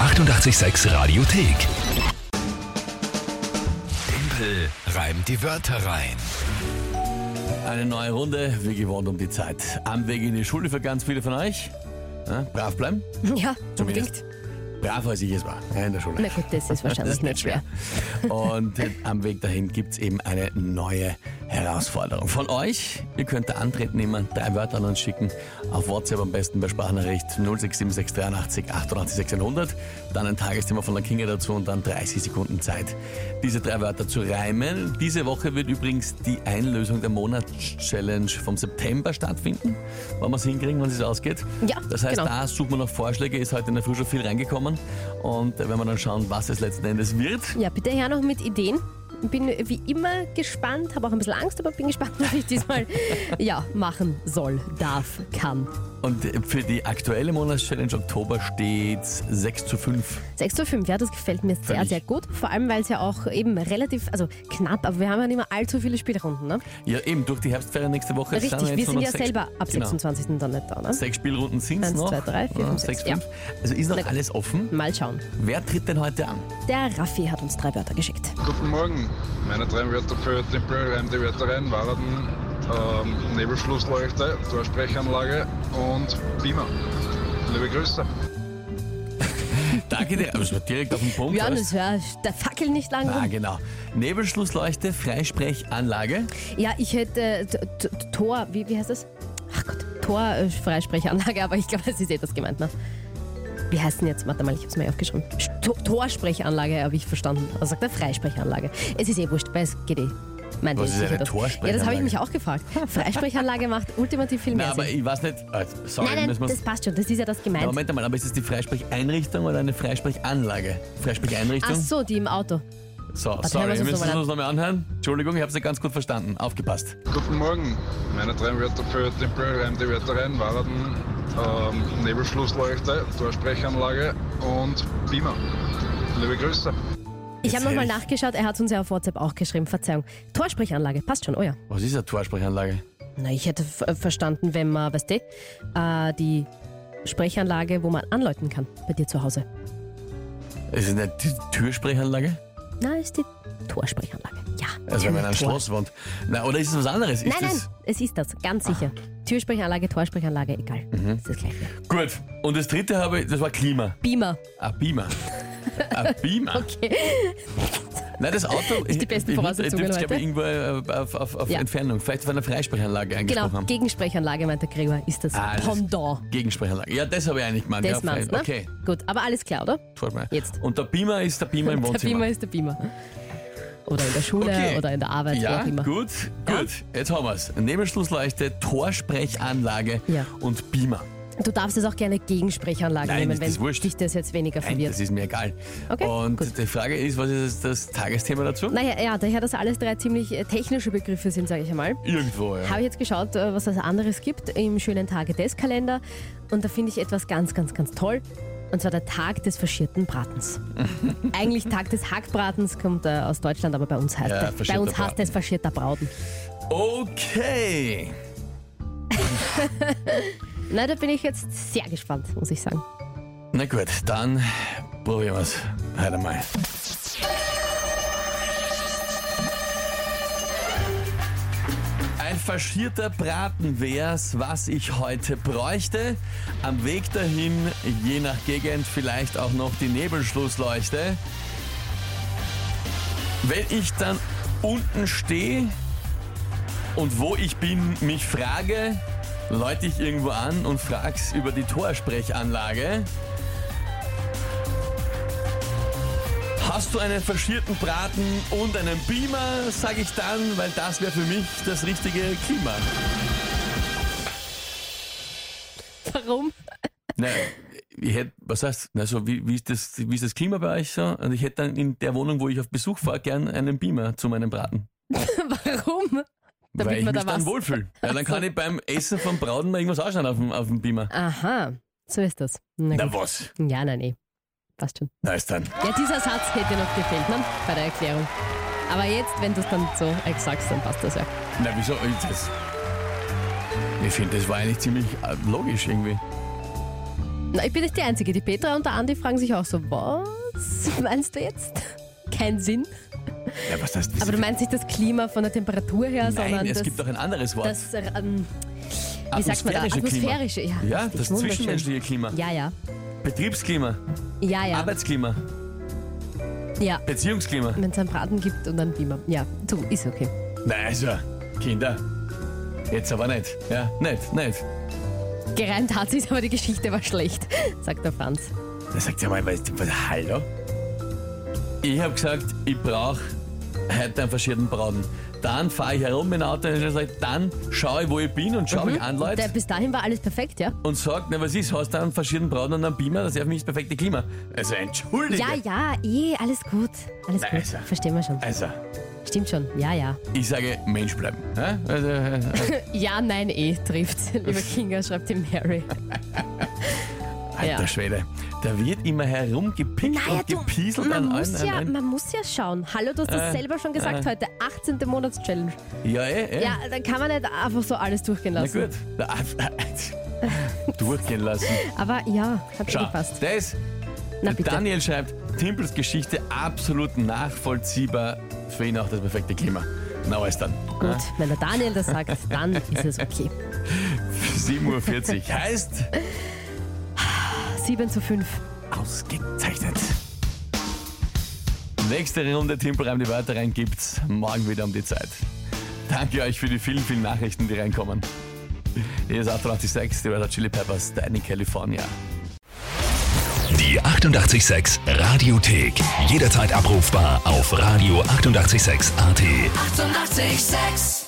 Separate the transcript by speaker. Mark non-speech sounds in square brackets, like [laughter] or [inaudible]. Speaker 1: 886 Radiothek. Tempel reimt die Wörter rein.
Speaker 2: Eine neue Runde, wie gewohnt um die Zeit. Am Weg in die Schule für ganz viele von euch. Ja, brav bleiben.
Speaker 3: Ja,
Speaker 2: Zumindest.
Speaker 3: unbedingt.
Speaker 2: Brav, als ich es war. Ja, in der Schule.
Speaker 3: Na gut, das ist wahrscheinlich
Speaker 2: Das ist [laughs] nicht schwer. Und äh, am Weg dahin gibt es eben eine neue Herausforderung von euch. Ihr könnt da antreten, nehmen, drei Wörter an uns schicken. Auf WhatsApp am besten bei Sprachnachricht 0676 88 600. Dann ein Tagesthema von der Kinga dazu und dann 30 Sekunden Zeit, diese drei Wörter zu reimen. Diese Woche wird übrigens die Einlösung der Monatschallenge vom September stattfinden. Wann wir es hinkriegen, wann es ausgeht.
Speaker 3: Ja,
Speaker 2: Das heißt,
Speaker 3: genau.
Speaker 2: da sucht man nach Vorschläge, ist heute in der Früh schon viel reingekommen. Und äh, wenn wir dann schauen, was es letzten Endes wird,
Speaker 3: Ja, bitte her noch mit Ideen. Bin wie immer gespannt, habe auch ein bisschen Angst, aber bin gespannt, [laughs] was ich diesmal ja, machen soll, darf, kann.
Speaker 2: Und für die aktuelle Monatschallenge Oktober steht 6 zu 5.
Speaker 3: 6 zu 5, ja, das gefällt mir sehr,
Speaker 2: Völlig.
Speaker 3: sehr gut. Vor allem, weil es ja auch eben relativ, also knapp, aber wir haben ja nicht mehr allzu viele Spielrunden, ne?
Speaker 2: Ja, eben, durch die Herbstferien nächste Woche. sind
Speaker 3: Richtig,
Speaker 2: jetzt
Speaker 3: wir
Speaker 2: nur
Speaker 3: sind
Speaker 2: noch
Speaker 3: ja
Speaker 2: sechs-
Speaker 3: selber ab
Speaker 2: genau.
Speaker 3: 26. dann nicht da, ne?
Speaker 2: Sechs Spielrunden sind es
Speaker 3: Eins,
Speaker 2: noch.
Speaker 3: zwei, drei, vier,
Speaker 2: Ja,
Speaker 3: fünf,
Speaker 2: sechs,
Speaker 3: sechs, ja.
Speaker 2: fünf. Also ist noch
Speaker 3: Na gut.
Speaker 2: alles offen.
Speaker 3: Mal schauen.
Speaker 2: Wer tritt denn heute an?
Speaker 3: Der Raffi hat uns drei Wörter geschickt.
Speaker 4: Guten Morgen. Meine drei Wörter für Tempel reimen die Wörter rein waren ähm, Nebelschlussleuchte, Torsprechanlage und Beamer. Liebe Grüße.
Speaker 2: Danke dir. Aber es war direkt auf den Punkt.
Speaker 3: Ja,
Speaker 2: alles.
Speaker 3: das wäre der Fackel nicht lang
Speaker 2: Ah,
Speaker 3: rum.
Speaker 2: genau. Nebelschlussleuchte, Freisprechanlage.
Speaker 3: Ja, ich hätte äh, T- T- Tor, wie, wie heißt das? Ach Gott, Tor-Freisprechanlage, aber ich glaube, [laughs] das ist eh das gemeint, ne? Wie heißt denn jetzt? Warte mal, ich hab's mir aufgeschrieben. St- Tor- Torsprechanlage habe ich verstanden. Also sagt er Freisprechanlage. Es ist eh wurscht, weil es geht eh. Mein
Speaker 2: Was
Speaker 3: Ding,
Speaker 2: ist eine
Speaker 3: sicher das.
Speaker 2: Torsprechanlage?
Speaker 3: Ja, das habe ich mich auch gefragt. Freisprechanlage macht ultimativ viel
Speaker 2: Na,
Speaker 3: mehr
Speaker 2: aber
Speaker 3: Sinn.
Speaker 2: ich weiß nicht. äh, Sorry,
Speaker 3: Nein, nein,
Speaker 2: müssen
Speaker 3: das
Speaker 2: wir.
Speaker 3: passt schon. Das ist ja das
Speaker 2: Ja,
Speaker 3: gemeint.
Speaker 2: Moment einmal, aber ist es die Freisprechinrichtung oder eine Freisprechanlage? Freisprecheinrichtung?
Speaker 3: Ach so, die im Auto.
Speaker 2: so,
Speaker 3: hören
Speaker 2: sorry,
Speaker 3: wir's
Speaker 2: wir
Speaker 3: uns
Speaker 2: müssen
Speaker 3: nochmal
Speaker 2: es
Speaker 3: an.
Speaker 2: uns nochmal anhören. Entschuldigung, ich habe es nicht ganz gut verstanden. Aufgepasst.
Speaker 4: Guten Morgen. Meine drei Wörter für Tempel reimen die Wörter rein waren ähm, Nebelschlussleuchte, Torsprechanlage und Beamer. Liebe Grüße.
Speaker 3: Ich
Speaker 2: Jetzt
Speaker 3: habe nochmal
Speaker 2: hätte ich-
Speaker 3: nachgeschaut, er hat uns ja auf WhatsApp auch geschrieben. Verzeihung. Torsprechanlage, passt schon, oh ja.
Speaker 2: Was ist eine Torsprechanlage?
Speaker 3: Na, ich hätte f- äh, verstanden, wenn man, weißt du, äh, die Sprechanlage, wo man anläuten kann bei dir zu Hause.
Speaker 2: Ist es eine T- Türsprechanlage?
Speaker 3: Na, ist die Torsprechanlage. Ja.
Speaker 2: Also wenn man in einem
Speaker 3: Tor.
Speaker 2: Schloss wohnt. Na, oder ist es was anderes? Ist
Speaker 3: Nein, nein,
Speaker 2: es- Ah.
Speaker 3: es ist das, ganz sicher. Türsprechanlage, Torsprechanlage,
Speaker 2: Mhm.
Speaker 3: egal. Das ist das gleiche.
Speaker 2: Gut. Und das dritte habe ich, das war Klima.
Speaker 3: Beamer.
Speaker 2: Ein Beamer.
Speaker 3: [laughs]
Speaker 2: Ein Beamer.
Speaker 3: Okay.
Speaker 2: Nein, das Auto
Speaker 3: die besten Voraussetzungen
Speaker 2: Ich glaube
Speaker 3: heute.
Speaker 2: ich, irgendwo äh, auf, auf, auf
Speaker 3: Ja.
Speaker 2: Entfernung. Vielleicht auf einer Freisprechanlage
Speaker 3: Genau,
Speaker 2: eingesprochen haben.
Speaker 3: Gegensprechanlage, meint der Gregor, ist das
Speaker 2: Ah, das-
Speaker 3: Pendant.
Speaker 2: Gegensprechanlage. Ja, das habe ich eigentlich gemeint.
Speaker 3: Das
Speaker 2: ja,
Speaker 3: meinst du,
Speaker 2: frei-
Speaker 3: ne?
Speaker 2: Okay.
Speaker 3: Gut, aber alles klar, oder?
Speaker 2: Torsprechanlage.
Speaker 3: Jetzt.
Speaker 2: Und der Beamer ist der Beamer im
Speaker 3: Der
Speaker 2: Wohnzimmer.
Speaker 3: Beamer ist der Beamer. Oder in der Schule
Speaker 2: Okay.
Speaker 3: oder in der Arbeit, wo
Speaker 2: ja,
Speaker 3: auch immer.
Speaker 2: gut, gut. Jetzt haben wir es. Nebelschlussleuchte, Torsprechanlage
Speaker 3: Ja.
Speaker 2: und Beamer.
Speaker 3: Du darfst es auch gerne Gegensprechanlage
Speaker 2: Nein,
Speaker 3: nehmen,
Speaker 2: ist das
Speaker 3: wenn
Speaker 2: wurscht.
Speaker 3: dich das jetzt weniger
Speaker 2: Nein,
Speaker 3: verwirrt.
Speaker 2: das ist mir egal.
Speaker 3: Okay,
Speaker 2: Und die Frage ist, was ist das Tagesthema dazu?
Speaker 3: Naja, ja, daher, dass alles drei ziemlich äh, technische Begriffe sind, sage ich einmal.
Speaker 2: Irgendwo, ja.
Speaker 3: Habe ich jetzt geschaut, äh, was es anderes gibt im schönen Tage des Kalender. Und da finde ich etwas ganz, ganz, ganz toll. Und zwar der Tag des
Speaker 2: [laughs]
Speaker 3: verschierten Bratens. Eigentlich Tag des Hackbratens kommt äh, aus Deutschland, aber bei uns heißt
Speaker 2: Ja,
Speaker 3: der, bei
Speaker 2: verschierter
Speaker 3: uns heißt
Speaker 2: Braten.
Speaker 3: es verschierter Brauten.
Speaker 2: Okay.
Speaker 3: Na, da bin ich jetzt sehr gespannt, muss ich sagen.
Speaker 2: Na gut, dann probieren wir es heute mal. Ein faschierter Braten wär's, was ich heute bräuchte. Am Weg dahin, je nach Gegend, vielleicht auch noch die Nebelschlussleuchte. Wenn ich dann unten stehe und wo ich bin, mich frage, läute ich irgendwo an und frag's über die Torsprechanlage. Hast du einen faschierten Braten und einen Beamer, sage ich dann, weil das wäre für mich das richtige Klima.
Speaker 3: Warum?
Speaker 2: Na, ich hätte, was heißt, na, so, wie, wie, ist das, wie ist das Klima bei euch so? Und ich hätte dann in der Wohnung, wo ich auf Besuch fahre, gern einen Beamer zu meinem Braten.
Speaker 3: Warum? Damit
Speaker 2: weil ich
Speaker 3: man da
Speaker 2: mich dann
Speaker 3: was- [laughs]
Speaker 2: wohlfühle. Ja, dann kann ich beim Essen vom Braten mal irgendwas ausschneiden auf dem, auf dem Beamer.
Speaker 3: Aha, so ist das. Na
Speaker 2: Na
Speaker 3: gut.
Speaker 2: was?
Speaker 3: Ja, nein, eh. Passt schon.
Speaker 2: Na ist dann.
Speaker 3: Ja, dieser Satz hätte noch gefehlt, ne? Bei der Erklärung. Aber jetzt, wenn du es dann so exakt sagst, dann passt das ja.
Speaker 2: Na, wieso? Ich- Das, ich finde, das war eigentlich ziemlich äh, logisch irgendwie.
Speaker 3: Na, ich bin nicht die Einzige. Die Petra und der Andi fragen sich auch so, was [laughs] meinst du jetzt? Kein Sinn.
Speaker 2: Ja, was heißt
Speaker 3: Aber du meinst nicht das Klima von der Temperatur her, sondern
Speaker 2: Nein, es
Speaker 3: das,
Speaker 2: gibt doch ein anderes Wort.
Speaker 3: das ähm, wie sagt man da? Atmosphärische, ja.
Speaker 2: Ja,
Speaker 3: richtig,
Speaker 2: das
Speaker 3: wunderschön.
Speaker 2: zwischenmenschliche Klima.
Speaker 3: Ja, ja.
Speaker 2: Betriebsklima,
Speaker 3: Ja, ja.
Speaker 2: Arbeitsklima,
Speaker 3: ja.
Speaker 2: Beziehungsklima.
Speaker 3: Wenn es einen Braten gibt und einen Beamer. Ja, du, ist okay.
Speaker 2: Na also, Kinder, jetzt aber nicht. Ja, nicht, nicht.
Speaker 3: Gereimt hat sich, aber die Geschichte war schlecht, [laughs] sagt der Franz.
Speaker 2: Da sagt sie mal, was, was, hallo? Ich habe gesagt, ich brauche heute einen verschierten Braten. Dann fahre ich herum mit dem Auto und sag, dann schaue ich, wo ich bin und schaue mich an, Leute.
Speaker 3: Hm? Der, bis dahin war alles perfekt, ja?
Speaker 2: und sagt, na was ist, hast du einen verschiedenen Braten und einen Beamer, das ist für mich das perfekte Klima. Also entschuldige.
Speaker 3: Ja, ja, eh, alles gut. Alles
Speaker 2: Na,
Speaker 3: gut.
Speaker 2: also.
Speaker 3: Verstehen wir schon.
Speaker 2: Also,
Speaker 3: Stimmt schon.
Speaker 2: [laughs]
Speaker 3: Ja, ja.
Speaker 2: ich sage Mensch bleiben. Ja? Also, äh,
Speaker 3: Ja, nein, eh
Speaker 2: [laughs]
Speaker 3: trifft's. Lieber Kinga, schreibt die Mary.
Speaker 2: alter
Speaker 3: Ja.
Speaker 2: Schwede, da wird immer herumgepickt und gepieselt
Speaker 3: man
Speaker 2: an
Speaker 3: muss,
Speaker 2: allen.
Speaker 3: ja,
Speaker 2: an
Speaker 3: man muss ja schauen. Hallo, du hast das
Speaker 2: Äh,
Speaker 3: selber schon gesagt heute. 18. Monatschallenge.
Speaker 2: allen. Ja, eh, eh.
Speaker 3: Ja, dann kann man nicht einfach so alles durchgehen
Speaker 2: Na
Speaker 3: lassen.
Speaker 2: gut. Na, ah, [laughs] Durchgehen lassen.
Speaker 3: [laughs] Aber ja, hat eh
Speaker 2: Schau,
Speaker 3: gepasst.
Speaker 2: das,
Speaker 3: Na bitte.
Speaker 2: Daniel schreibt, Timpels Geschichte absolut nachvollziehbar, für ihn auch das perfekte Klima. Na, alles dann. [laughs]
Speaker 3: Gut, wenn der Daniel das sagt, dann ist es okay.
Speaker 2: 7.40 Uhr heißt
Speaker 3: 7 zu 5.
Speaker 2: Ausgezeichnet. Nächste Runde Timpelreim, die weiter rein gibt's morgen wieder um die Zeit. Danke euch für die vielen, vielen Nachrichten, die reinkommen. Hier ist 886, die Red Hot Chili Peppers, Dein in California.
Speaker 1: Die 886 Radiothek. Jederzeit abrufbar auf radio886.at. 886! 886.
Speaker 5: 886